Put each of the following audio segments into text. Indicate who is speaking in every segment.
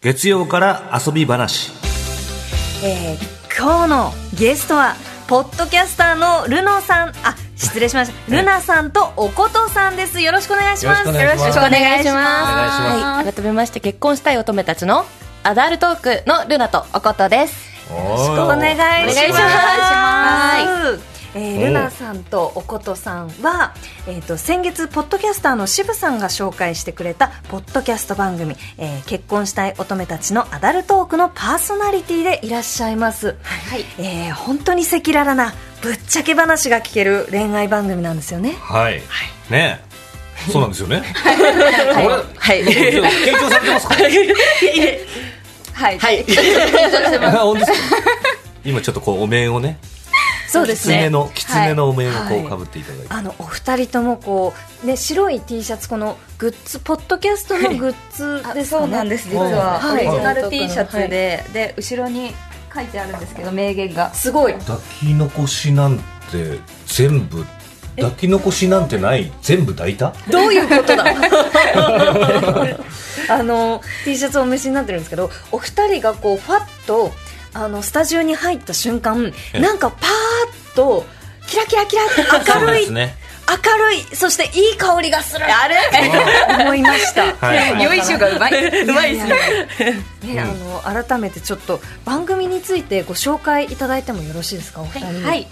Speaker 1: 月曜から遊び話
Speaker 2: えー今日のゲストはポッドキャスターのルノさんあ失礼しましたルナさんとおことさんですよろしくお願いします
Speaker 1: よろしくお願いします
Speaker 3: お願い
Speaker 1: お願い
Speaker 3: します。
Speaker 1: し
Speaker 3: はい改めまして結婚したい乙女たちのアダルトークのルナとおことです。
Speaker 1: お
Speaker 2: お願いします
Speaker 3: お願いします
Speaker 2: えールナさんとおことさんは、えー、と先月ポッドキャスターの渋さんが紹介してくれたポッドキャスト番組「えー結婚したい乙女たちのアダルトーク」のパーソナリティでいらっしゃいます、
Speaker 3: はい。
Speaker 2: えー本当に赤裸々なぶっちゃけ話が聞ける恋愛番組なんですよね
Speaker 1: はいねえそうなんですよね
Speaker 3: はい。
Speaker 1: 緊張されてますか
Speaker 2: はい、
Speaker 3: はい。
Speaker 1: あ本当ですか今ちょっとこうお面をね
Speaker 3: そうで
Speaker 1: 狐
Speaker 3: すね。
Speaker 1: の狐のお面をこ
Speaker 2: は
Speaker 1: う
Speaker 2: い
Speaker 1: かぶっていただいて、
Speaker 2: あのお二人ともこう、ね、白い T シャツこのグッズポッドキャストのグッズ
Speaker 4: あ
Speaker 2: ですか、ね、
Speaker 4: そうなんです実は、
Speaker 2: はい
Speaker 4: オリジナル T シャツで、で後ろに書いてあるんですけど名言が
Speaker 2: すごい
Speaker 1: 抱き残しなんて全部抱き残しなんてない全部抱いた
Speaker 2: どういうことだあの T シャツをお召しになってるんですけどお二人がこうファッとあのスタジオに入った瞬間
Speaker 1: ええ
Speaker 2: なんかパーッとキラキラキラって明る
Speaker 1: そうで
Speaker 2: い、
Speaker 1: すね
Speaker 2: 明るいそしていい香りがするあれ思いました
Speaker 1: はい
Speaker 4: よいしょがうまいうまいですね
Speaker 2: ね、
Speaker 1: う ん
Speaker 2: あの改めてちょっと番組についてご紹介いただいてもよろしいですかお二人に
Speaker 4: はい、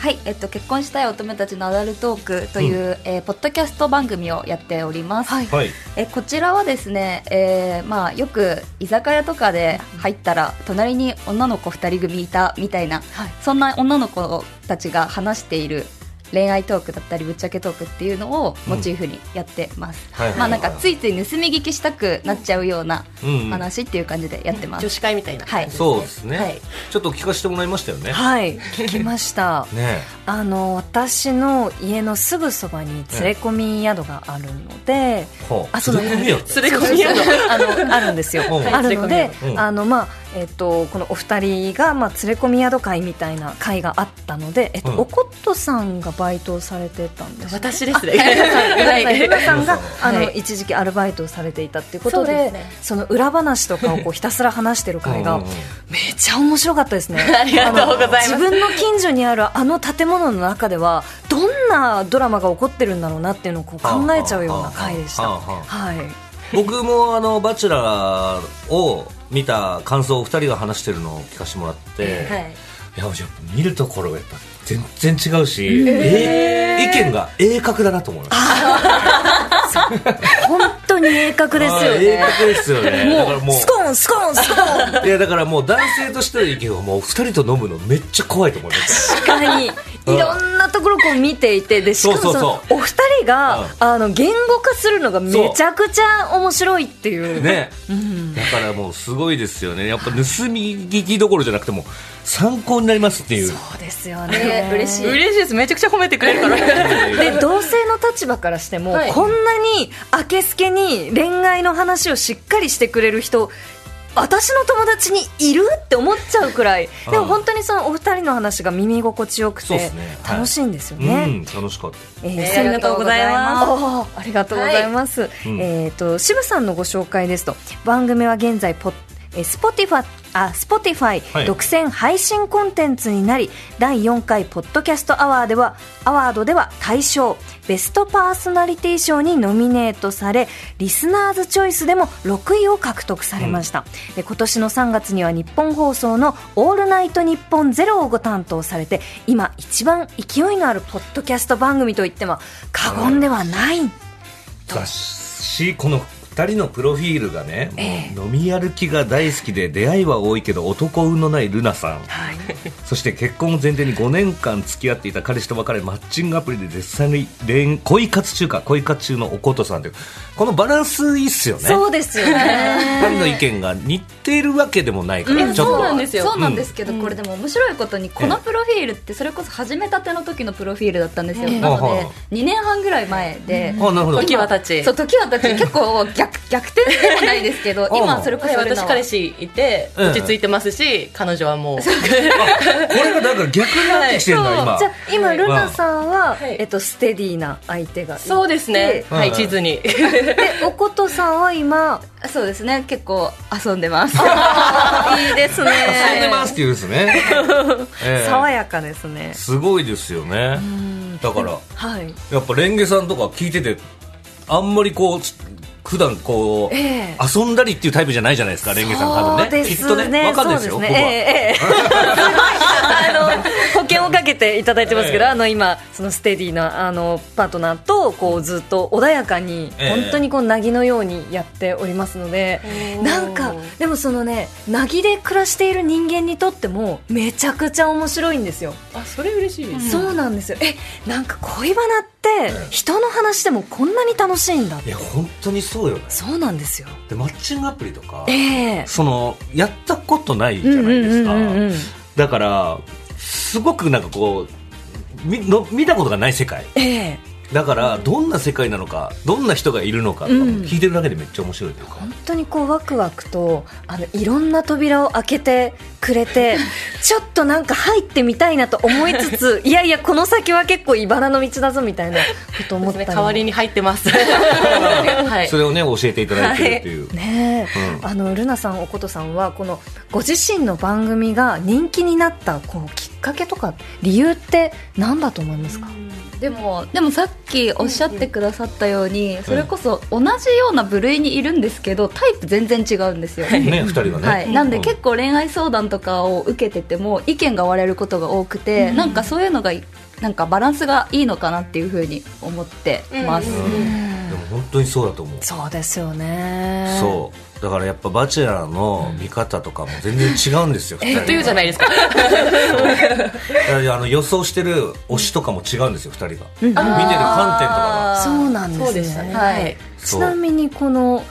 Speaker 4: はいえっと、結婚したい乙女たちのアダルトークという、えーポッドキャスト番組をやっております、
Speaker 2: はい
Speaker 1: はい
Speaker 4: えこちらはですね、えーまあ、よく居酒屋とかで入ったら隣に女の子2人組いたみたいな、
Speaker 2: はい
Speaker 4: そんな女の子たちが話している恋愛トークだったりぶっちゃけトークっていうのをモチーフにやってます、
Speaker 1: はいはい
Speaker 4: まあなんかついつい盗み聞きしたくなっちゃうような
Speaker 1: うんうん
Speaker 4: 話っていう感じでやってます、
Speaker 3: 女子会みたいな感じですね。
Speaker 1: そうですね、
Speaker 3: はい。
Speaker 1: ちょっと聞かせてもらいましたよね
Speaker 2: はい聞きました
Speaker 1: ね
Speaker 2: あの私の家のすぐそばに連れ込み宿があるので、
Speaker 1: えほ
Speaker 2: あそうだね
Speaker 1: 連れ込みよ
Speaker 3: 連れ込みやの。
Speaker 2: あのあるんですよ、
Speaker 1: うん
Speaker 2: あるので、
Speaker 1: うん
Speaker 2: あのまあえっと、このお二人が、まあ、連れ込み宿会みたいな会があったので、えっと
Speaker 1: うん
Speaker 2: おことさんがバイトをされてたんですよね
Speaker 3: 私ですね。 は
Speaker 2: はい、ル
Speaker 3: い。
Speaker 2: ナさんが、あの
Speaker 3: はい
Speaker 2: 一時期アルバイトをされていたっていうことで
Speaker 3: そう
Speaker 2: そ
Speaker 3: ですね
Speaker 2: の裏話とかをこうひたすら話してる回
Speaker 1: う
Speaker 2: が
Speaker 1: んうんうん
Speaker 2: めっちゃ面白かったですね
Speaker 3: ありがとうございます
Speaker 2: あの自分の近所にあるあの建物の中ではどんなドラマが起こってるんだろうなっていうのをこう考えちゃうような回でした
Speaker 1: はあはあはあ
Speaker 2: はい
Speaker 1: 僕もあの「バチェラー」を見た感想を2人が話してるのを聞かせてもらって、い、ややっぱ見るところがやっぱ全然違うし、えー意見が鋭角だなと思いました
Speaker 2: 本当に鋭角ですよ
Speaker 1: 鋭
Speaker 2: ね
Speaker 1: 角ですよねだから
Speaker 2: もう
Speaker 1: も
Speaker 2: スコーンスコーンスコーン
Speaker 1: ういやだからもう男性としての意見はもう2人と飲むのめっちゃ怖いと思いました
Speaker 2: 確かにいろんなところこう見ていてでしかもそ
Speaker 1: そうそ
Speaker 2: の
Speaker 1: う
Speaker 2: お二人が、
Speaker 1: うん
Speaker 2: あの言語化するのがめちゃくちゃ面白いって いう
Speaker 1: ね、
Speaker 2: ん
Speaker 1: だからもうすごいですよねやっぱ盗み聞きどころじゃなくても参考になりますっていう
Speaker 2: そうですよ
Speaker 4: ね
Speaker 2: ね
Speaker 4: 嬉しい
Speaker 3: 嬉しいです。めちゃくちゃ褒めてくれるから。
Speaker 2: で同性の立場からしても、
Speaker 3: はい
Speaker 2: こんなにあけすけに恋愛の話をしっかりしてくれる人私の友達にいるって思っちゃうくらいで
Speaker 1: う
Speaker 2: も
Speaker 1: ん
Speaker 2: 本当にそのお二人の話が耳心地よく
Speaker 1: そうってすねはい
Speaker 2: 楽しいんですよね。
Speaker 1: うん楽しかった
Speaker 2: えー
Speaker 3: えー
Speaker 2: そんなお ーありがとうございます。
Speaker 1: うん
Speaker 2: えっ、と渋さんのご紹介ですと番組は現在ポッえー Spotify あ Spotify、
Speaker 1: はい
Speaker 2: 独占配信コンテンツになり第4回ポッドキャストアワーではアワードでは大賞ベストパーソナリティ賞にノミネートされリスナーズチョイスでも6位を獲得されました、で今年の3月には日本放送の「オールナイトニッポンゼロをご担当されて今一番勢いのあるポッドキャスト番組といっても過言ではない、
Speaker 1: だしこの2人のプロフィールがね、もう飲み歩きが大好きで出会いは多いけど男運のないルナさん、そして結婚を前提に5年間付き合っていた彼氏と別れマッチングアプリで絶賛に恋恋活中か恋活中のおことさんというこのバランスいいっすよね
Speaker 2: そうですよね
Speaker 1: 2人の意見が似てるわけでもないから、
Speaker 3: うん
Speaker 1: ちょっ
Speaker 3: そ
Speaker 1: と
Speaker 3: うなんですよ
Speaker 4: そうなんですけど、これでも面白いことにこのプロフィールってそれこそ始めたての時のプロフィールだったんですよ、
Speaker 1: ん
Speaker 4: な
Speaker 1: は
Speaker 4: の
Speaker 1: い
Speaker 4: で2年半ぐらい前で、
Speaker 1: あなるほど
Speaker 3: 時は経ち
Speaker 4: そう時は経ち結構逆逆逆転でもないですけど
Speaker 1: あ
Speaker 4: 今それこそルナ
Speaker 3: 私
Speaker 4: は
Speaker 3: 彼氏いて
Speaker 1: うん
Speaker 3: 落ち着いてますし、彼女はもう
Speaker 1: これがだから逆になってきてるんだ、
Speaker 3: はい
Speaker 1: 今
Speaker 2: じゃあ今
Speaker 3: はい
Speaker 2: ルナさんは、
Speaker 3: はい
Speaker 2: えっと、ステディな相手がいて
Speaker 3: そうですね、
Speaker 1: うん
Speaker 3: はい地図に
Speaker 2: でおことさんは今
Speaker 4: そうですね結構遊んでますいいですね
Speaker 1: 遊んでますって言うんです ね、ええ
Speaker 2: 爽やかですね、
Speaker 1: すごいですよねだから
Speaker 2: はい
Speaker 1: やっぱレンゲさんとか聞いててあんまりこうつ普段こう、
Speaker 2: ええ
Speaker 1: 遊んだりっていうタイプじゃないじゃないですかレンゲさん多分
Speaker 2: そう
Speaker 1: ね
Speaker 2: です
Speaker 1: きっとねわかんないですよ
Speaker 2: そう
Speaker 1: ここは、
Speaker 2: ええええすごい あの保険をかけていただいてますけど、
Speaker 1: ええ
Speaker 2: あの今そのステディなあのパートナーとこうずっと穏やかに、
Speaker 1: ええ
Speaker 2: 本当にこうなぎのようにやっておりますので、なんかでもそのねなぎで暮らしている人間にとってもめちゃくちゃ面白いんですよ。
Speaker 3: あそれ嬉しいです、
Speaker 2: そうなんですよ。え、なんか恋バナって
Speaker 1: ええ
Speaker 2: 人の話でもこんなに楽しいんだ。
Speaker 1: いや本当にそうよね
Speaker 2: そうなんですよ。
Speaker 1: でマッチングアプリとか
Speaker 2: ええ
Speaker 1: そのやったことないじゃないですか、
Speaker 2: うんうんうんうんうん
Speaker 1: だからすごくなんかこうみの見たことがない世界
Speaker 2: ええ
Speaker 1: だからどんな世界なのかどんな人がいるのかとかも
Speaker 2: うん
Speaker 1: 聞いてるだけでめっちゃ面白いというか、
Speaker 2: 本当にこうワクワクとあのいろんな扉を開けてくれ てちょっとなんか入ってみたいなと思い つついやいやこの先は結構茨の道だぞみたいなこと思
Speaker 3: で
Speaker 2: っ
Speaker 3: す
Speaker 2: たり
Speaker 3: ね代わりに入ってます はい
Speaker 1: それをね教えていただいてるっていう、
Speaker 2: ねえ、
Speaker 1: うん
Speaker 2: あのルナさんおことさんはこのご自身の番組が人気になったこうきっかけとか理由って何だと思いますか、
Speaker 4: でもでもさっきおっしゃってくださったように、それこそ同じような部類にいるんですけどタイプ全然違うんですよ、
Speaker 1: ね二人がね、
Speaker 4: はい、なんで
Speaker 1: うん
Speaker 4: 結構恋愛相談とかを受けてても意見が割れることが多くて、なんかそういうのがなんかバランスがいいのかなっていうふうに思ってます、
Speaker 3: うんうん
Speaker 1: でも本当にそうだと思う、
Speaker 2: そうですよね
Speaker 1: そうだからやっぱ「バチェラー」の見方とかも全然違うんですよ、二
Speaker 3: ずっと言うじゃないですか
Speaker 1: いやあの予想してる推しとかも違うんですよ二人が、見てる観点とか
Speaker 4: あー
Speaker 2: そうなんですね
Speaker 4: はい、
Speaker 1: が
Speaker 2: ち
Speaker 1: そう
Speaker 2: なみにこの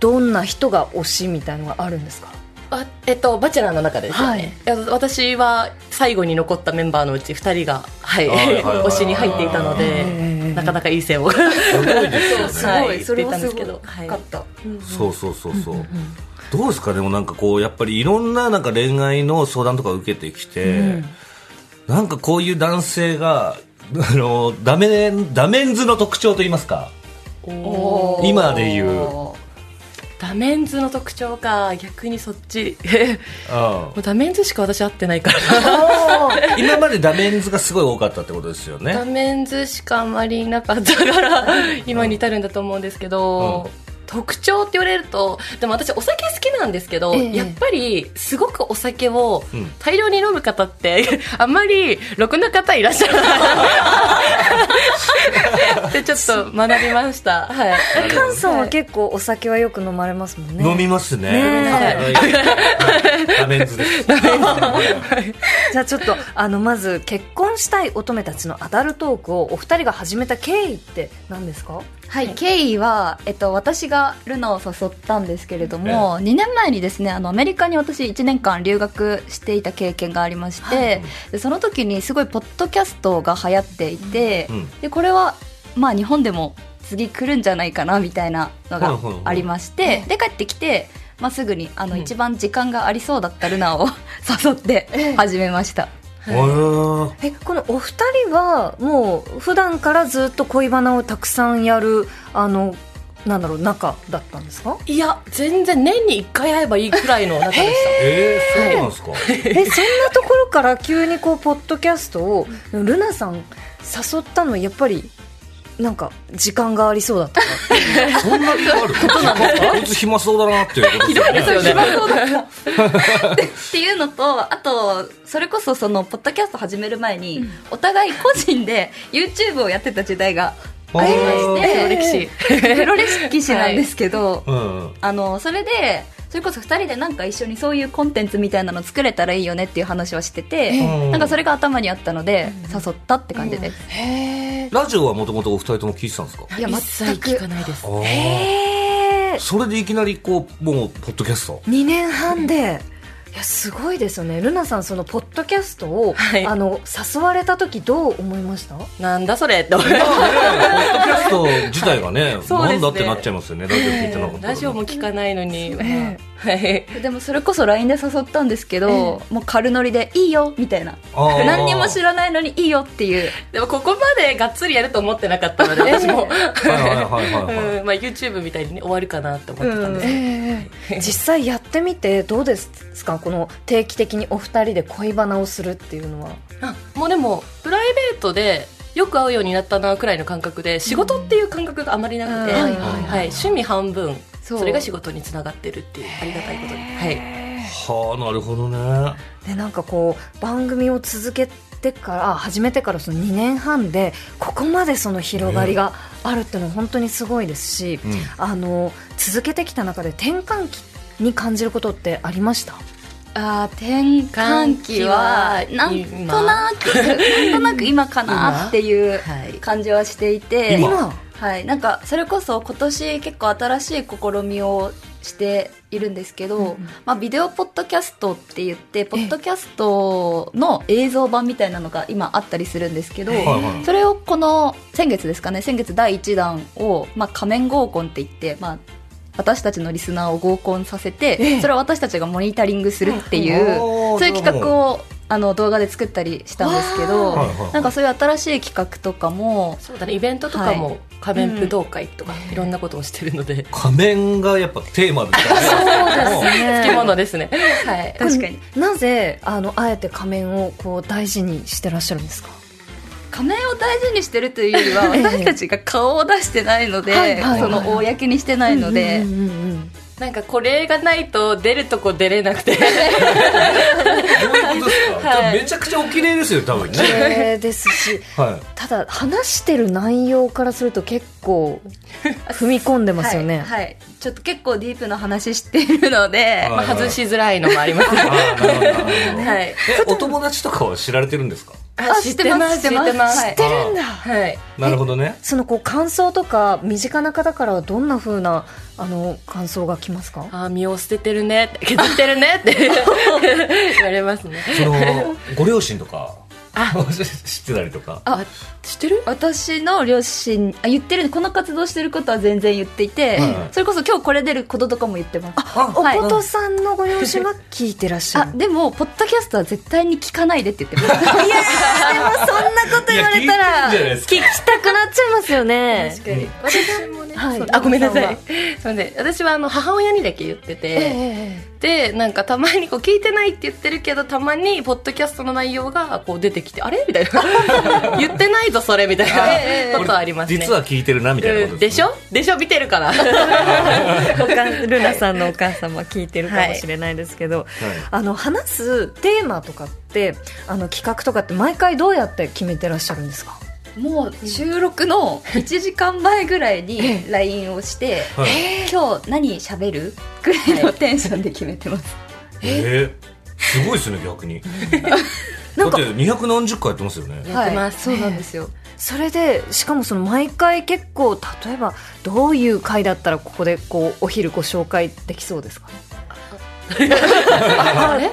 Speaker 2: どんな人が推しみたいのがあるんですか
Speaker 3: あえっと、バチェラーの中でですよね、いや私は最後に残ったメンバーのうち2人が、はい
Speaker 1: はいはいはい
Speaker 3: 推しに入っていたので、なかなかいい線を、
Speaker 1: すごいです
Speaker 3: す
Speaker 1: よ
Speaker 3: ご
Speaker 1: ね
Speaker 3: いそれはすごかった
Speaker 4: は
Speaker 1: そうそうそうそう、どうですかでもなんかこうやっぱりいろんななんか恋愛の相談とか受けてきて、なんかこういう男性が あのダメダメンズの特徴といいますか
Speaker 3: おー
Speaker 1: 今で言う、うん、
Speaker 3: ダメンズの特徴か逆にそっち もうダメンズしか私会ってないから
Speaker 1: 今までダメンズがすごい多かったってことですよね
Speaker 3: ダメンズしかあんまりいなかったから今に至るんだと思うんですけど、
Speaker 1: うん
Speaker 3: 特徴って言われるとでも私お酒好きなんですけど、
Speaker 2: ええ
Speaker 3: やっぱりすごくお酒を
Speaker 1: うん
Speaker 3: 大量に飲む方って、 あんまりろくな方いらっしゃらない ってちょっと学びましたはい
Speaker 2: カンさんは結構お酒はよく飲まれますもんね
Speaker 1: 飲みますね
Speaker 2: ねえ
Speaker 1: はいはいダメンズです
Speaker 2: じゃあちょっとあのまず結婚したい乙女たちのアダルトークをお二人が始めた経緯って何ですか
Speaker 4: い経緯は、えっと、私がルナを誘ったんですけれども、2年前にですねあのアメリカに私1年間留学していた経験がありまして、でその時にすごいポッドキャストが流行っていて、
Speaker 1: うん
Speaker 4: でこれはまあ日本でも次来るんじゃないかなみたいなの
Speaker 1: ほうほうほう
Speaker 4: がありまして、で帰ってきて、まあ、すぐにあの
Speaker 3: うん
Speaker 4: 一番時間がありそうだったルナを 誘って始めました、
Speaker 1: おー
Speaker 2: えこのお二人はもう普段からずっと恋バナをたくさんやるあのなんだろう仲だったんですか
Speaker 3: いや全然年に1回会えばいいくらいの中でし
Speaker 1: えー、そうなんですか、
Speaker 2: えそんなところから急にこうポッドキャストをルナさん誘ったのやっぱりなんか時間がありそうだったから
Speaker 1: そんなにあることなんですこいつ暇そうだなっていうことですよね
Speaker 3: たですよね
Speaker 4: っていうのとあとそれこそそのポッドキャスト始める前に、お互い個人で YouTube をやってた時代が
Speaker 1: あー
Speaker 4: え
Speaker 3: プロ歴史
Speaker 4: プロレス騎士なんですけど、
Speaker 1: うんうん
Speaker 4: あのそれでそれこそ2人でなんか一緒にそういうコンテンツみたいなの作れたらいいよねっていう話はしてて、
Speaker 1: うん
Speaker 4: なんかそれが頭にあったので、誘ったって感じです、
Speaker 3: へえ
Speaker 1: ラジオはもともとお二人とも聞いてたんですか
Speaker 4: いや
Speaker 3: 一
Speaker 4: 全
Speaker 3: 切
Speaker 4: く
Speaker 3: 聞かないです
Speaker 2: え
Speaker 1: それでいきなりこうもうポッドキャスト
Speaker 2: 2年半でいやすごいですよねルナさんそのポッドキャストを、
Speaker 3: はい
Speaker 2: あの誘われた時どう思いました
Speaker 3: なんだそれって思い
Speaker 1: ポッドキャスト自体がね
Speaker 3: そうです
Speaker 1: な
Speaker 3: ね
Speaker 1: んだってなっちゃいますよねラジオ聞いてなかったらね
Speaker 3: ラジオも聞かないのに、まあ
Speaker 4: え
Speaker 3: はい
Speaker 4: でもそれこそ LINE で誘ったんですけど、もう軽ノリで「いいよ」みたいな
Speaker 1: あー
Speaker 4: 何にも知らないのに「いいよ」っていう
Speaker 3: でもここまでがっつりやると思ってなかったの で私
Speaker 1: は
Speaker 3: も、
Speaker 1: いはいはいはいはい、
Speaker 3: うんまあ、YouTube みたいに、ね、終わるかなと思ってたんですけど、
Speaker 2: ええ実際やってみてどうですかこの定期的にお二人で恋バナをするっていうのは
Speaker 3: あもうでもプライベートでよく会うようになったなくらいの感覚で仕事っていう感覚があまりなくて、
Speaker 2: うん
Speaker 3: はい
Speaker 2: うん
Speaker 3: 趣味半分
Speaker 4: そ
Speaker 3: そうれが仕事につながってるっていうありがたいことに、はい、
Speaker 1: はあなるほどね
Speaker 2: でなんかこう番組を続けてから始めてからその2年半でここまでその広がりがあるっていうのは本当にすごいですし、
Speaker 1: うん
Speaker 2: あの続けてきた中で転換期に感じることってありました
Speaker 4: あー転換期は
Speaker 3: 転
Speaker 4: なん
Speaker 3: 換
Speaker 4: と
Speaker 3: 期は
Speaker 4: なくなんとなく今かなっていう
Speaker 3: はい
Speaker 4: 感じはしていて
Speaker 1: 今
Speaker 4: はい、なんかそれこそ今年結構新しい試みをしているんですけど、まあ、ビデオポッドキャストって言ってポッドキャストの映像版みたいなのが今あったりするんですけど、
Speaker 1: はいはい
Speaker 4: それをこの先月ですかね先月第1弾を、まあ、仮面合コンって言って、まあ、私たちのリスナーを合コンさせて、
Speaker 2: ええ
Speaker 4: それを私たちがモニタリングするっていう、
Speaker 1: おー
Speaker 4: そういう企画をあの動画で作ったりしたんですけど、
Speaker 1: はいはいはい
Speaker 4: なんかそういう新しい企画とかも
Speaker 3: そうだねイベントとかも仮面舞踏会とか、いろんなことをしてるので
Speaker 1: 仮面がやっぱテーマですからね
Speaker 2: そうです ね
Speaker 3: つけ物ですね
Speaker 4: はい、確かに
Speaker 2: なぜあのあえて仮面をこう大事にしてらっしゃるんですか
Speaker 4: 仮面を大事にしてるというよりは私たちが顔を出してないので、
Speaker 2: はいはい
Speaker 4: その公にしてないので、
Speaker 2: うんうんうんうん
Speaker 3: なんかこれがないと出るとこ出れなくて
Speaker 1: どういうことですか、
Speaker 3: はい
Speaker 1: めちゃくちゃお綺麗ですよ多分ね
Speaker 2: 綺麗ですし
Speaker 1: はい
Speaker 2: ただ話してる内容からすると結構踏み込んでますよね、
Speaker 4: はいはいちょっと結構ディープな話しているので、
Speaker 1: はい
Speaker 3: まあ外しづらいのもあ ります
Speaker 1: あーなるほどなるほど
Speaker 3: はい
Speaker 1: えお友達とかは知られてるんですか
Speaker 4: あ知ってます
Speaker 3: 知ってます知ってます
Speaker 4: 知
Speaker 2: 知ってるんだ
Speaker 3: はい
Speaker 1: なるほどね
Speaker 2: そのこう感想とか身近な方からはどんな風なあの感想が来ますか
Speaker 3: あー身を捨ててるねって削ってるねって 言われますね
Speaker 1: そのご両親とか
Speaker 3: あ
Speaker 1: 知ってたりとか
Speaker 4: あ
Speaker 3: 知ってる
Speaker 4: 私の両親あ言ってるこの活動してることは全然言っていて、
Speaker 1: はいはい
Speaker 4: それこそ今日これ出ることとかも言ってます
Speaker 1: あ
Speaker 2: お
Speaker 4: はい
Speaker 2: ことさんのご両親 は聞いてらっしゃ
Speaker 4: あ
Speaker 2: る
Speaker 4: でもポッドキャストは絶対に聞かないでって 言ってます
Speaker 2: でもそんなこと言われた
Speaker 1: いや聞
Speaker 2: ら
Speaker 1: いてるじゃないです
Speaker 2: 聞
Speaker 1: か
Speaker 2: きたくなっちゃいますよね
Speaker 3: 確かに私もね、
Speaker 2: はい
Speaker 3: そうあごめんなさ
Speaker 2: はい
Speaker 3: いすいません私はあの母親にだけ言って
Speaker 2: ええ
Speaker 3: て、でなんかたまにこう聞いてないって言ってるけどたまにポッドキャストの内容がこう出てきてあれみたいな 言ってないぞそれみたいなことはありますね
Speaker 1: 実は聞いてるなみたいなこ
Speaker 3: う
Speaker 1: と
Speaker 3: んでし
Speaker 1: ょ
Speaker 3: ょでしょ見てるから
Speaker 2: ええおかんルナさんのお母様は聞いてるかもしれないですけど、あの話すテーマとかってあの企画とかって毎回どうやって決めてらっしゃるんですか
Speaker 4: もう収録の1時間前ぐらいに LINE をして
Speaker 1: はい
Speaker 4: 今日何喋るぐらいのテンションで決めてます
Speaker 1: えーすごいですね逆にだ
Speaker 2: なん
Speaker 1: っ
Speaker 2: か
Speaker 1: て270回やってますよね
Speaker 3: やってます
Speaker 4: はい、そうなんですよ
Speaker 2: それでしかもその毎回結構例えばどういう回だったらここでこうお昼ご紹介できそうですか
Speaker 3: あれ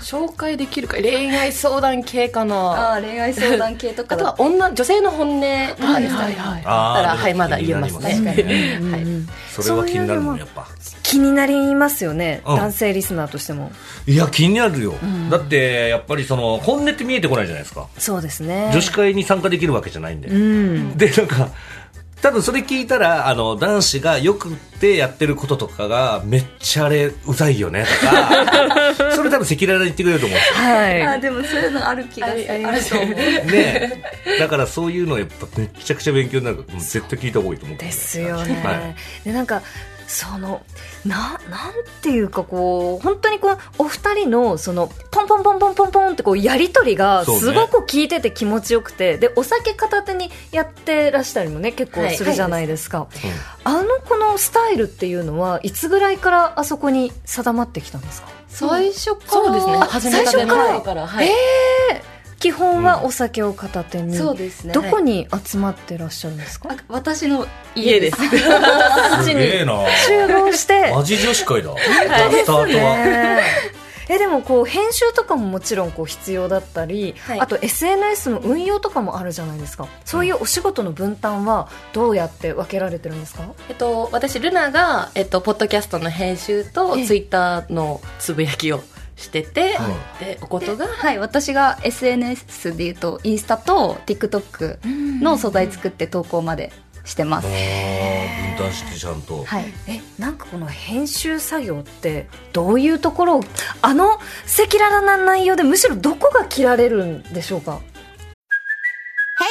Speaker 3: 紹介できるか恋愛相談系かなあ
Speaker 4: ああ恋愛相談系とか
Speaker 3: と
Speaker 4: だ
Speaker 3: は女女性の本音とかですかね、
Speaker 1: あ
Speaker 3: だか
Speaker 1: ー
Speaker 3: らはいまだ言えますね
Speaker 1: 気になります
Speaker 2: うん
Speaker 3: はい
Speaker 1: それは気になるもんやっぱ
Speaker 2: 気になりますよね、
Speaker 1: うん
Speaker 2: 男性リスナーとしても
Speaker 1: いや気になるよだってやっぱりその本音って見えてこないじゃないですか
Speaker 2: そうですね
Speaker 1: 女子会に参加できるわけじゃないんで
Speaker 2: うん
Speaker 1: でなんか多分それ聞いたらあの男子がよくってやってることとかがめっちゃあれうざいよねと かそれ多分赤裸々に言ってくれると思うんですよ
Speaker 4: あ
Speaker 2: は
Speaker 4: ー
Speaker 2: い
Speaker 4: でもそういうのある気がする
Speaker 3: ありあります
Speaker 4: あると思う
Speaker 1: ねえだからそういうのやっぱめちゃくちゃ勉強になるからもう絶対聞いた方がいいと思うんだ
Speaker 2: で
Speaker 1: よね
Speaker 2: すよね、
Speaker 1: はい
Speaker 2: でなんかそのななんていうかこう本当にこうお二人のそのポンポンポンポンポンポンってこうやり取りが
Speaker 1: そうね
Speaker 2: すごく聞いてて気持ちよくて、でお酒片手にやってらしたりもね結構
Speaker 3: はい
Speaker 2: するじゃないですか、
Speaker 1: うん
Speaker 2: あのこのスタイルっていうのはいつぐらいからあそこに定まってきたんですか
Speaker 4: 最初から
Speaker 3: そうですね初めたて
Speaker 2: 最
Speaker 3: の頃
Speaker 2: 初
Speaker 3: から、はい、
Speaker 2: 基本はお酒を片手に、
Speaker 4: そうですね
Speaker 2: どこに集ままってらっしゃるんですか
Speaker 4: あ私の
Speaker 3: 家で す
Speaker 1: すげえな
Speaker 2: 集合して
Speaker 1: マジ女子会だスタートは
Speaker 2: ね えでもこう編集とかももちろんこう必要だったり、
Speaker 3: はい
Speaker 2: あと SNS の運用とかもあるじゃないですかそういうお仕事の分担はどうやって分けられてるんですか
Speaker 3: えっと、私ルナが、えっと、ポッドキャストの編集と
Speaker 2: ええ
Speaker 3: ツイッターのつぶやきをしてて、
Speaker 1: は
Speaker 3: でおことが
Speaker 4: はい、私が SNS で言うとインスタと TikTok の素材作って投稿までしてます、
Speaker 1: あー分担してちゃんと、
Speaker 4: はい、
Speaker 2: えなんかこの編集作業ってどういうところをあの赤裸々な内容でむしろどこが切られるんでしょうか
Speaker 5: Hey,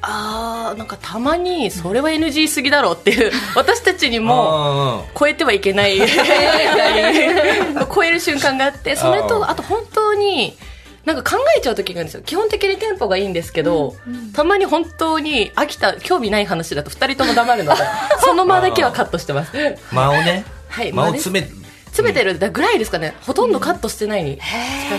Speaker 3: あーなんかたまにそれは NG すぎだろうっていう私たちにも
Speaker 1: あ
Speaker 3: 超えてはいけな い 超える瞬間があってそれ
Speaker 1: あ
Speaker 3: と
Speaker 1: ー
Speaker 3: あと本当になんか考えちゃう時があるんですよ基本的にテンポがいいんですけど、たまに本当に飽きた興味ない話だと2人とも黙る のでその間だけはカットしてます
Speaker 1: ー間をね、
Speaker 3: はい
Speaker 1: 間を
Speaker 3: 間です
Speaker 1: 詰める
Speaker 3: 詰めてるぐらいですかねほとんどカットしてないに近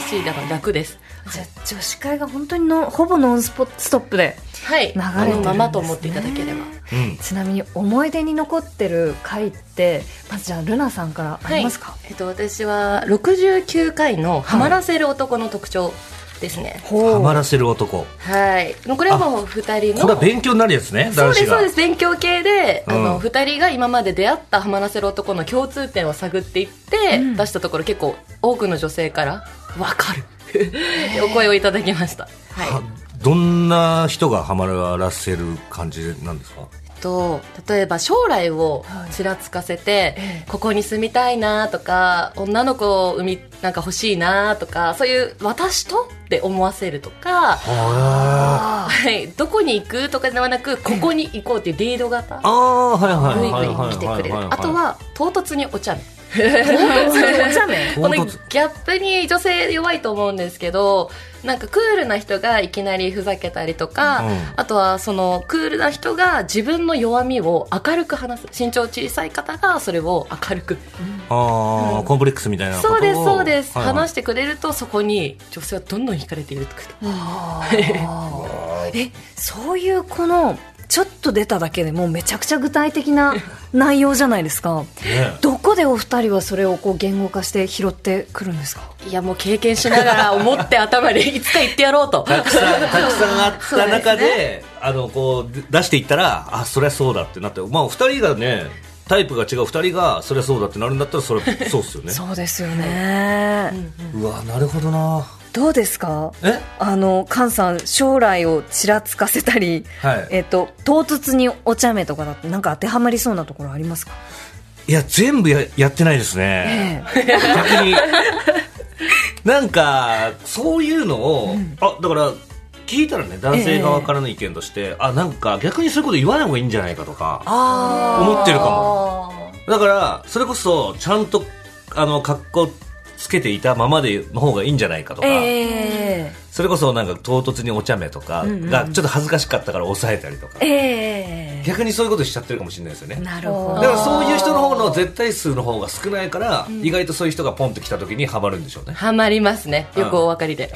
Speaker 3: しいだから楽です
Speaker 2: じゃあ女子会が本当にのほぼノンスポストップで
Speaker 3: はい
Speaker 2: 流れてるんです
Speaker 3: あ
Speaker 2: ね
Speaker 3: のままと思っていただければ
Speaker 1: うん
Speaker 2: ちなみに思い出に残ってる回ってまずじゃあルナさんからありますか、
Speaker 3: えっと、私は69回の「ハマらせる男の特徴」ですね
Speaker 1: ハマらせる男
Speaker 3: はいもうこれはもう2人
Speaker 1: こ
Speaker 3: の
Speaker 1: れは勉強になるやつね
Speaker 3: そう
Speaker 1: 男
Speaker 3: で
Speaker 1: 子
Speaker 3: すそう
Speaker 1: が
Speaker 3: です勉強系で、あ
Speaker 1: うん
Speaker 3: の2人が今まで出会ったハマらせる男の共通点を探っていって、
Speaker 2: うん
Speaker 3: 出したところ結構多くの女性から「わかる」ってお声をいただきましたはい
Speaker 1: はどんな人がハマらせる感じなんですか
Speaker 3: と例えば将来をちらつかせて、ここに住みたいなとか女の子を産みなんか欲しいなとかそういう私とって思わせるとか、
Speaker 1: あ
Speaker 3: はい、どこに行くとかではなくここに行こうっていうリード型
Speaker 1: あーはい
Speaker 3: ぐい
Speaker 1: はいはい
Speaker 3: ぐ
Speaker 1: はいい
Speaker 3: 来て
Speaker 1: は
Speaker 3: く
Speaker 1: い
Speaker 3: れ
Speaker 1: い
Speaker 3: るあとは唐突にお茶目
Speaker 2: お茶目
Speaker 1: 唐
Speaker 3: このギ
Speaker 1: 突
Speaker 3: ャップに女性弱いと思うんですけどなんかクールな人がいきなりふざけたりとか、
Speaker 1: うん
Speaker 3: あとはそのクールな人が自分の弱みを明るく話す身長小さい方がそれを明るく
Speaker 1: ああ、コンプレックスみたいなことを
Speaker 3: そうですそうです、
Speaker 1: はいはい
Speaker 3: 話してくれるとそこに女性はどんどん惹かれていると
Speaker 2: えそういうこのちょっと出ただけでもうめちゃくちゃ具体 的な内容じゃないですか
Speaker 1: ね
Speaker 2: どこでお二人はそれをこう言語化して拾ってくるんですか
Speaker 3: いやもう経験しながら思って頭でいつか言ってやろうと
Speaker 1: たくさんたくさんあっ
Speaker 3: そう
Speaker 1: た
Speaker 3: ですね
Speaker 1: 中であのこうで出していったらあそりゃそうだってなってまあお二人がねタイプが違う二人がそりゃそうだってなるんだったらそれそうっすよね
Speaker 2: そうですよね、
Speaker 1: うわなるほどな
Speaker 2: どうですか
Speaker 1: え
Speaker 2: あの菅さん将来をちらつかせたり、
Speaker 1: はい
Speaker 2: えっと唐突にお茶目とかだってなんか当てはまりそうなところありますか
Speaker 1: いや全部ややってないですね、逆になんかそういうのを、あだから聞いたらね男性側からの意見として、あなんか逆にそういうこと言わない方がいいんじゃないかとか思ってるかもだからそれこそちゃんとあの格好つけていたままでの方がいいんじゃないかとか、
Speaker 2: え
Speaker 1: それこそなんか唐突にお茶目とかがちょっと恥ずかしかったから抑えたりとか、
Speaker 2: ええ
Speaker 1: 逆にそういうことしちゃってるかもしれないですよね
Speaker 2: えなるほ
Speaker 1: だからそういう人の方の絶対数の方が少ないから、意外とそういう人がポンと来た時にハマるんでしょうね。
Speaker 3: ハマりますねよくお分かりで、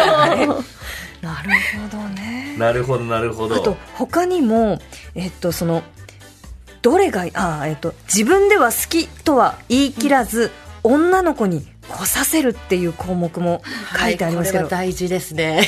Speaker 2: どなるほどね
Speaker 1: なるほどなるほど。
Speaker 2: あと他にもえっとそのどれがあえっと自分では好きとは言い切らず、女の子に来させるっていう項目も書いてありますけど、
Speaker 3: はいこれは大事ですね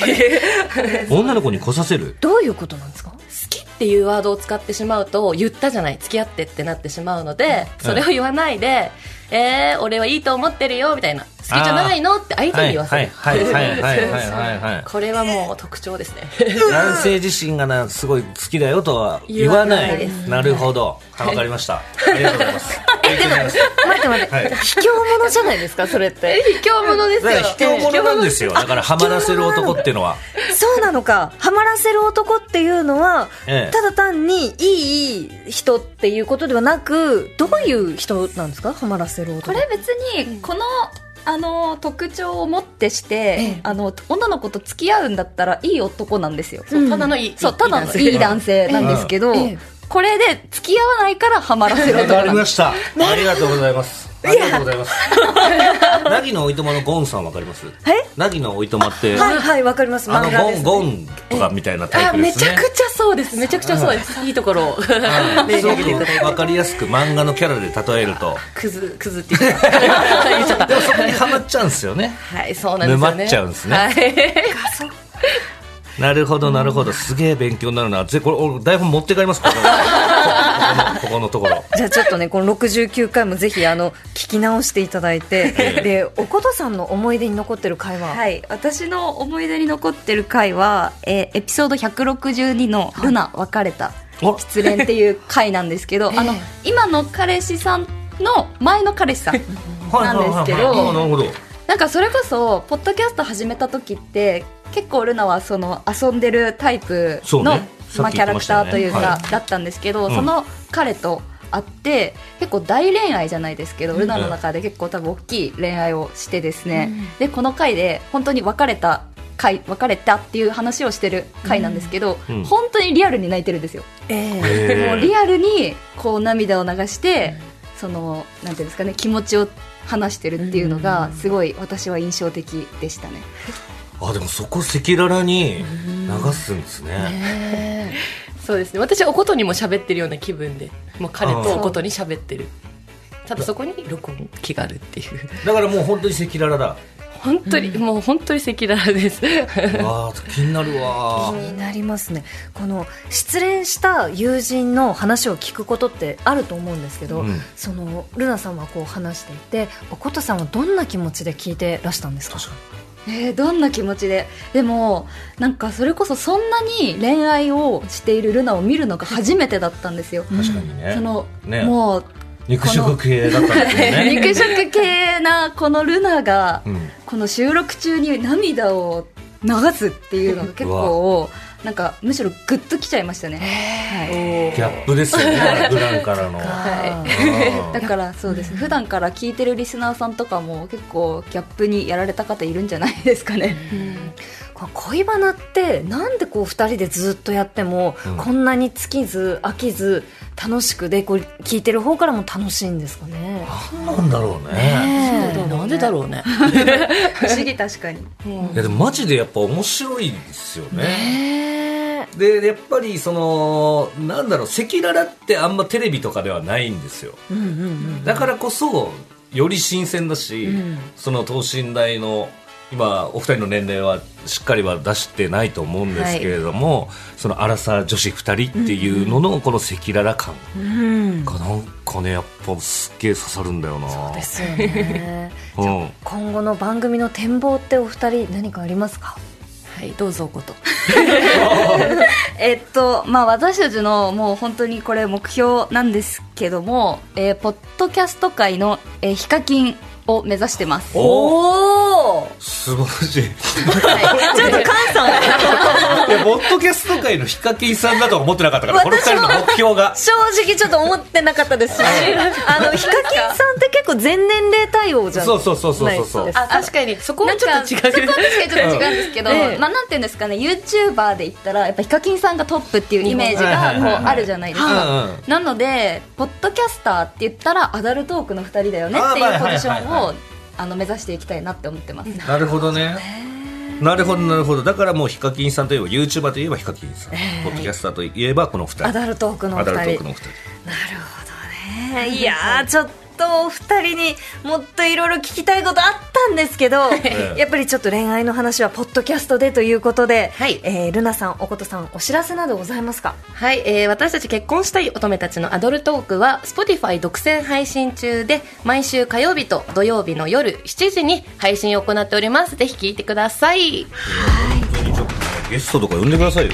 Speaker 1: 女の子に来させる。
Speaker 2: どういうことなんですか
Speaker 3: 好きっていうワードを使ってしまうと言ったじゃない付き合ってってなってしまうので、それを言わないで、えー、俺はいいと思ってるよみたいな好きじゃないのって相手に言わせる、
Speaker 1: はいはいはいはいはい はい。
Speaker 3: これはもう特徴ですね
Speaker 1: 男性自身がなすごい好きだよとは言わない。
Speaker 3: 言わないです
Speaker 1: なるほど。はいわかりました。ありがとうございます。ありがとうございます。
Speaker 2: 待って待って、
Speaker 1: はい
Speaker 2: 卑怯者じゃないですかそれって
Speaker 3: 卑怯者です
Speaker 1: だ
Speaker 3: よ
Speaker 1: から卑怯者なんですよ。だからハマらせる男っていうのは。
Speaker 2: そうなのかハマらせる男っていうのは、
Speaker 1: ええ
Speaker 2: ただ単にいい人っていうことではなくどういう人なんですかハマらせる男
Speaker 4: これ別にこのあの特徴をもってして、あの女の子と付き合うんだったらいい男なんですよ。
Speaker 3: そうただのいい、
Speaker 4: そうただの
Speaker 3: いい
Speaker 4: いい男性なんですけど、
Speaker 2: ええ
Speaker 4: これで付き合わないからハマらせる
Speaker 1: わ
Speaker 4: 男
Speaker 1: かり
Speaker 4: なんで。
Speaker 1: ますした。ありがとうございます。ありがとうございます。なぎのおいとまのゴンさんわかりますなぎのおいとまって、
Speaker 2: はいはいわかります
Speaker 1: あ
Speaker 2: 漫
Speaker 1: の
Speaker 2: 画
Speaker 1: ゴ
Speaker 2: です、
Speaker 1: ン、
Speaker 2: ね、
Speaker 1: ゴンとかみたいなタイ
Speaker 3: あ
Speaker 1: プで
Speaker 3: め
Speaker 1: す
Speaker 3: ち
Speaker 1: ね。
Speaker 3: ゃくちゃそうですめちゃくちゃそうですいいところを
Speaker 1: はいす
Speaker 3: 例
Speaker 1: ご
Speaker 3: に挙げていただい
Speaker 1: く
Speaker 3: て
Speaker 1: わかりやすく漫画のキャラで例えると。
Speaker 3: クズクズって言っちゃった言っちゃった
Speaker 1: でもそこにハマっちゃうんですよね。
Speaker 3: はいそうなんですよね
Speaker 1: 沼っちゃうんですね
Speaker 3: はい
Speaker 1: なるほど、なるほど。すげえ勉強になるな。ぜ、これ、俺台本持って帰ります、ここここのここのところ。
Speaker 2: じゃあちょっとねこの69回もぜひあの聞き直していただいてでおことさんの思い出に残ってる会話、
Speaker 4: はい、私の思い出に残ってる回は、えーエピソード162の「ルナ別れた
Speaker 1: お
Speaker 4: 失恋」っていう回なんですけど、あの今の彼氏さんの前の彼氏さん
Speaker 1: はいはいはい
Speaker 4: なんですけ
Speaker 1: はい
Speaker 4: ど
Speaker 1: あなるほど。
Speaker 4: なんかそれこそポッドキャスト始めた時って結構ルナはその遊んでるタイプ
Speaker 1: そう
Speaker 4: の、
Speaker 1: ねさ
Speaker 4: ま
Speaker 1: っ
Speaker 4: あ、
Speaker 1: き言
Speaker 4: キ
Speaker 1: って
Speaker 4: ャラ
Speaker 1: ま
Speaker 4: ク
Speaker 1: した
Speaker 4: タ
Speaker 1: ね
Speaker 4: ーというか、
Speaker 1: は
Speaker 4: だったんですけど、
Speaker 1: うん
Speaker 4: その彼と会って結構大恋愛じゃないですけど、ルナの中で結構多分大きい恋愛をしてですね、でこの回で本当に別れた回別れたっていう話をしてる回なんですけど、
Speaker 1: うんうん
Speaker 4: 本当にリアルに泣いてるんですよ。
Speaker 2: ええ
Speaker 1: も
Speaker 4: もうリアルにこう涙を流して、そのなんていうんですかね気持ちを話してるっていうのがすごい私は印象的でしたね。
Speaker 1: あでもそこ赤裸々に流すんですね。
Speaker 3: そうですね私おことにも喋ってるような気分でもう彼
Speaker 1: あ
Speaker 3: と
Speaker 1: ー
Speaker 3: おことに喋ってるただそこに録音機があるっていう
Speaker 1: だからもう本当に赤裸々だ。
Speaker 3: 本当に、もう本当に赤裸々です
Speaker 1: わあ気になるわ。
Speaker 2: になりますねこの失恋した友人の話を聞くことってあると思うんですけど、
Speaker 1: うん
Speaker 2: そのルナさんはこう話していておことさんはどんな気持ちで聞いてらしたんですか
Speaker 4: えーどんな気持ちででもなんかそれこそそんなに恋愛をしているルナを見るのが初めてだったんですよ。
Speaker 1: 確かにね。
Speaker 4: その
Speaker 1: ね
Speaker 4: もう
Speaker 1: 肉食系だったんですよね。
Speaker 4: 肉食系なこのルナが
Speaker 1: うん
Speaker 4: この収録中に涙を流すっていうのが結構なんかむしろグッときちゃいましたね。はい
Speaker 1: ギャップですよね。普段からの。
Speaker 4: はいだからそうです、普段から聞いてるリスナーさんとかも結構ギャップにやられた方いるんじゃないですかね。
Speaker 2: こう恋バナってなんでこう2人でずっとやっても、
Speaker 1: うん
Speaker 2: こんなに尽きず飽きず楽しくでこう聞いてる方からも楽しいんですかね。
Speaker 1: うんなんだろうね。
Speaker 3: なんでだろうね
Speaker 4: 不思議確かに。
Speaker 1: いやでもマジでやっぱ面白いですよね。
Speaker 2: ね
Speaker 1: でやっぱりそのなんだろう赤裸々ってあんまテレビとかではないんですよ。
Speaker 2: うんうんうん
Speaker 1: だからこそより新鮮だし、
Speaker 2: うん
Speaker 1: その等身大の今お二人の年齢はしっかりは出してないと思うんですけれども、そのアラサー女子二人っていうののこの赤裸々感
Speaker 2: うん
Speaker 1: がなんかねやっぱすっげえ刺さるんだよなそう
Speaker 2: ですよね
Speaker 1: ん、
Speaker 2: 今後の番組の展望ってお二人何かありますか
Speaker 3: はいどうぞおこと
Speaker 4: えっとまあ私たちのもう本当にこれ目標なんですけども、えーポッドキャスト界の、えーヒカキンを目指してます。
Speaker 1: お素晴らしい
Speaker 4: ちょっと
Speaker 1: いやポッドキャスト界のヒカキンさんだとは思ってなかった からこの二人の目標が
Speaker 2: 正直ちょっと思ってなかったですしあのヒカキンさんって結構全年齢対 応じゃん
Speaker 1: そうそうそうそうそうそう
Speaker 2: ナイスです
Speaker 3: あ確かにそこ
Speaker 4: な
Speaker 3: は
Speaker 4: ん
Speaker 3: ちょ
Speaker 4: か
Speaker 3: っと違
Speaker 4: そ
Speaker 3: う
Speaker 4: こは確かにちょっと違うんですけど、
Speaker 2: うんええ
Speaker 4: まあなんていうんですかね、ユーチューバーで言ったらやっぱヒカキンさんがトップっていうイメー
Speaker 1: は
Speaker 4: ジが
Speaker 1: いはい
Speaker 4: も
Speaker 1: は
Speaker 4: う
Speaker 1: いはい
Speaker 4: あるじゃないですか。
Speaker 1: うんうん
Speaker 4: なのでポッドキャスターって言ったらアダルトークの2人だよねって
Speaker 1: あーはいいうはいは
Speaker 4: ポ
Speaker 1: いはい
Speaker 4: ジションをあの目指していきたいなって思ってます。
Speaker 1: なるほどね。なるほどなるほどだからもうヒカキンさんといえば YouTuber といえばヒカキンさん、ポッドキャスターといえばこの二
Speaker 2: ア
Speaker 1: 人
Speaker 2: ダルトークのお
Speaker 1: アダルト
Speaker 2: 二
Speaker 1: ー
Speaker 2: 人
Speaker 1: クのお二人
Speaker 2: なるほどね。いやー、ちょっとお二人にもっといろいろ聞きたいことあったんですけど、
Speaker 1: ええ
Speaker 2: やっぱりちょっと恋愛の話はポッドキャストでということで、
Speaker 3: はい
Speaker 2: えールナさん、おことさん、お知らせなどございますか
Speaker 3: はい、えー私たち結婚したい乙女たちのアドルトークは Spotify 独占配信中で毎週火曜日と土曜日の夜7時に配信を行っておりますぜひ聞いてください
Speaker 1: 本当にちょっとねゲストとか呼んでくださいよ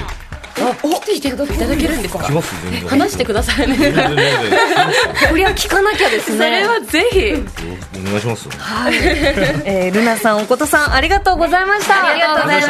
Speaker 3: あ来ていただけるんですか
Speaker 1: 来ます全然
Speaker 3: 話してくださいね
Speaker 1: 全然全然
Speaker 2: こりゃ聞かなきゃです
Speaker 3: それ
Speaker 2: ね。
Speaker 3: はぜひ
Speaker 1: お願いしますよ
Speaker 2: えールナさん、おことさん、ありがとうございました。ありがとうございま